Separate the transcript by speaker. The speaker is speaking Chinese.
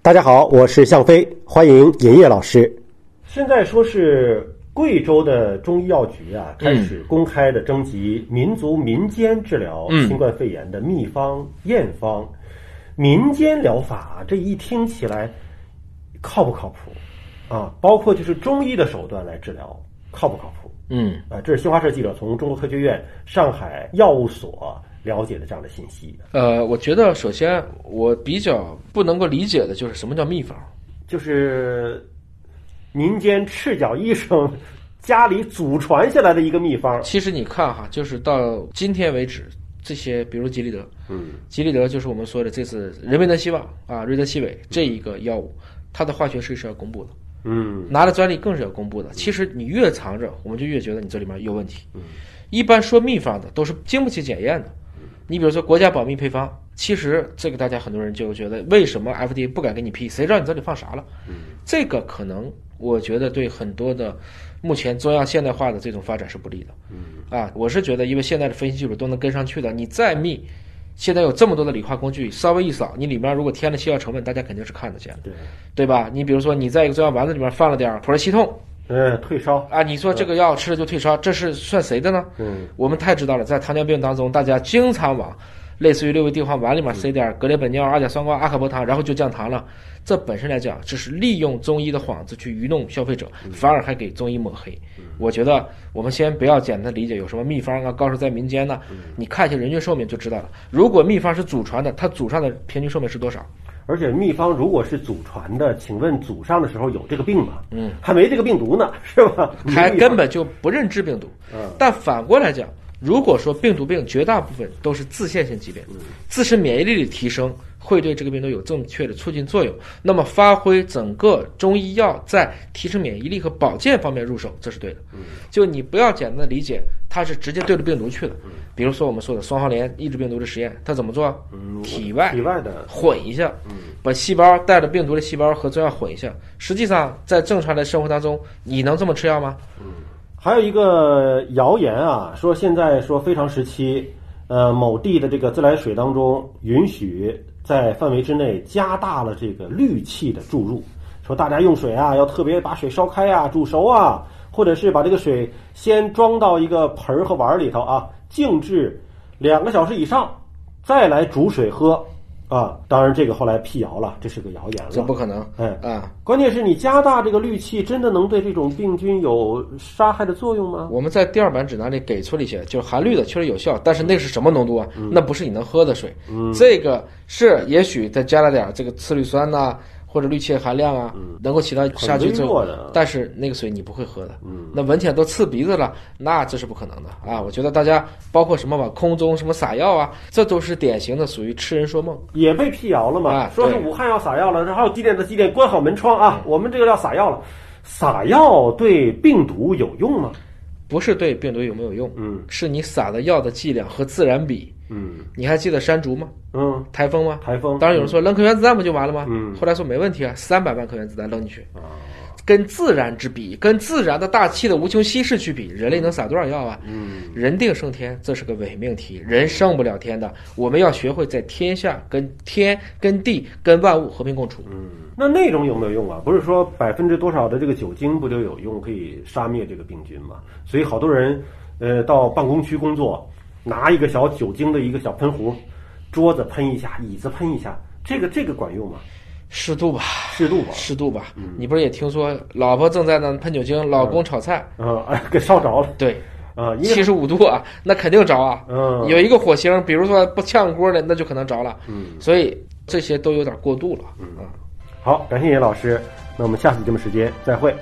Speaker 1: 大家好，我是向飞，欢迎尹烨老师。
Speaker 2: 现在说是贵州的中医药局啊，开
Speaker 1: 嗯
Speaker 2: 始公开的征集民族民间治疗
Speaker 3: 嗯
Speaker 2: 新冠肺炎的秘方、验方。民间疗法这一听起来靠不靠谱啊？包括就是中医的手段来治疗，靠不靠谱？
Speaker 3: 嗯
Speaker 2: 啊，这是新华社记者从中国科学院上海药物所了解的这样的信息。
Speaker 3: 呃，我觉得首先我比较不能够理解的就是什么叫秘方。
Speaker 2: 就是民间赤脚医生家里祖传下来的一个秘方。
Speaker 3: 其实你看哈，就是到今天为止，这些比如吉利德，
Speaker 2: 嗯，
Speaker 3: 吉利德就是我们说的这次人们的希望啊，瑞德西韦这一个药物，它的化学式是要公布的，
Speaker 2: 嗯
Speaker 3: 拿了专利更是要公布的。其实你越藏着，我们就越觉得你这里面有问题。一般说秘方的都是经不起检验的。你比如说国家保密配方，其实这个大家很多人就觉得为什么 FDA 不敢给你批？谁知道你这里放啥了？这个可能我觉得对很多的目前中药现代化的这种发展是不利的。啊，我是觉得因为现在的分析技术都能跟上去的，你再密。现在有这么多的理化工具，稍微一扫，你里面如果添了西药成分，大家肯定是看得见的，
Speaker 2: 对，
Speaker 3: 对吧？你比如说，你在一个中药丸子里面放了点儿普热西痛，
Speaker 2: 嗯，退烧。
Speaker 3: 啊，你说这个药吃了就退烧，这是算谁的呢？
Speaker 2: 嗯，
Speaker 3: 我们太知道了，在糖尿病当中，大家经常往类似于六味地黄丸里面塞点格列本脲、二甲双胍、阿卡波糖，然后就降糖了。这本身来讲，这是利用中医的幌子去愚弄消费者，反而还给中医抹黑。我觉得我们先不要简单理解有什么秘方啊，高手在民间呢、你看一下人均寿命就知道了。如果秘方是祖传的，它祖上的平均寿命是多少？
Speaker 2: 而且秘方如果是祖传的，请问祖上的时候有这个病吗？
Speaker 3: 嗯，
Speaker 2: 还没这个病毒呢，是吧？
Speaker 3: 还
Speaker 2: 没秘方
Speaker 3: 根本就不认知病毒
Speaker 2: 嗯。
Speaker 3: 但反过来讲，如果说病毒病绝大部分都是自限性疾病，自身免疫力的提升会对这个病毒有正确的促进作用，那么发挥整个中医药在提升免疫力和保健方面入手，这是对的。就你不要简单的理解它是直接对着病毒去的。比如说我们说的双黄连抑制病毒的实验，它怎么做啊？体外
Speaker 2: 体外的嗯
Speaker 3: 混一下，把细胞带着病毒的细胞和中药混一下。实际上，在正常的生活当中，你能这么吃药吗？
Speaker 2: 还有一个谣言啊，说现在说非常时期，呃，某地的这个自来水当中允许在范围之内加大了这个氯气的注入，说大家用水啊要特别把水烧开啊、煮熟啊，或者是把这个水先装到一个盆儿和碗儿里头啊，静置两个小时以上，再来煮水喝啊。当然，这个后来辟谣了，这是个谣言了。
Speaker 3: 这不可能。
Speaker 2: 嗯
Speaker 3: 啊，
Speaker 2: 关键是你加大这个氯气，真的能对这种病菌有杀害的作用吗？
Speaker 3: 我们在第二版指南里给出了一些，就是含氯的确实有效，但是那是什么浓度啊？
Speaker 2: 嗯
Speaker 3: 那不是你能喝的水。这个是也许再加了点儿这个次氯酸呐、或者氯气的含量啊，能够起到杀菌
Speaker 2: 嗯
Speaker 3: 作
Speaker 2: 很微弱的嗯
Speaker 3: 用，但是那个水你不会喝的，那闻起来都刺鼻子了，那这是不可能的啊！我觉得大家包括什么往空中什么撒药啊，这都是典型的属于痴人说梦。
Speaker 2: 也被辟谣了嘛，
Speaker 3: 啊
Speaker 2: 说是
Speaker 3: 对哎
Speaker 2: 武汉要撒药了，然后几点到几点关好门窗啊，我们这个要撒药了。撒药对病毒有用吗？
Speaker 3: 不是对病毒有没有用，
Speaker 2: 嗯
Speaker 3: 是你撒的药的剂量和自然比。
Speaker 2: 嗯
Speaker 3: 你还记得山竹吗？
Speaker 2: 嗯，
Speaker 3: 台风吗？
Speaker 2: 台风
Speaker 3: 当然有人说扔颗原子弹不就完了吗？
Speaker 2: 嗯啊
Speaker 3: 后来说没问题啊，三百万颗原子弹扔进去，跟自然之比，跟自然的大气的无穷稀释去比，人类能撒多少药啊？
Speaker 2: 嗯，
Speaker 3: 人定胜天，这是个伪命题，人胜不了天的。我们要学会在天下跟天、跟地、跟万物和平共处。
Speaker 2: 嗯那那种有没有用啊？不是说百分之多少的这个酒精不就有用，可以杀灭这个病菌吗？所以好多人，呃，到办公区工作，拿一个小酒精的一个小喷壶，桌子喷一下，椅子喷一下，这个这个管用吗？
Speaker 3: 适度吧，
Speaker 2: 适度吧。嗯
Speaker 3: 适度吧。你不是也听说老婆正在那喷酒精，老公炒菜？
Speaker 2: 嗯，哎，给烧着了。
Speaker 3: 对，
Speaker 2: 啊，因为
Speaker 3: 七十五度啊，那肯定着啊。
Speaker 2: 嗯
Speaker 3: 有一个火星，比如说不炝锅的，那就可能着了。嗯，所以这些都有点过度了。嗯。
Speaker 2: 好，感谢叶老师，那我们下次节目时间再会。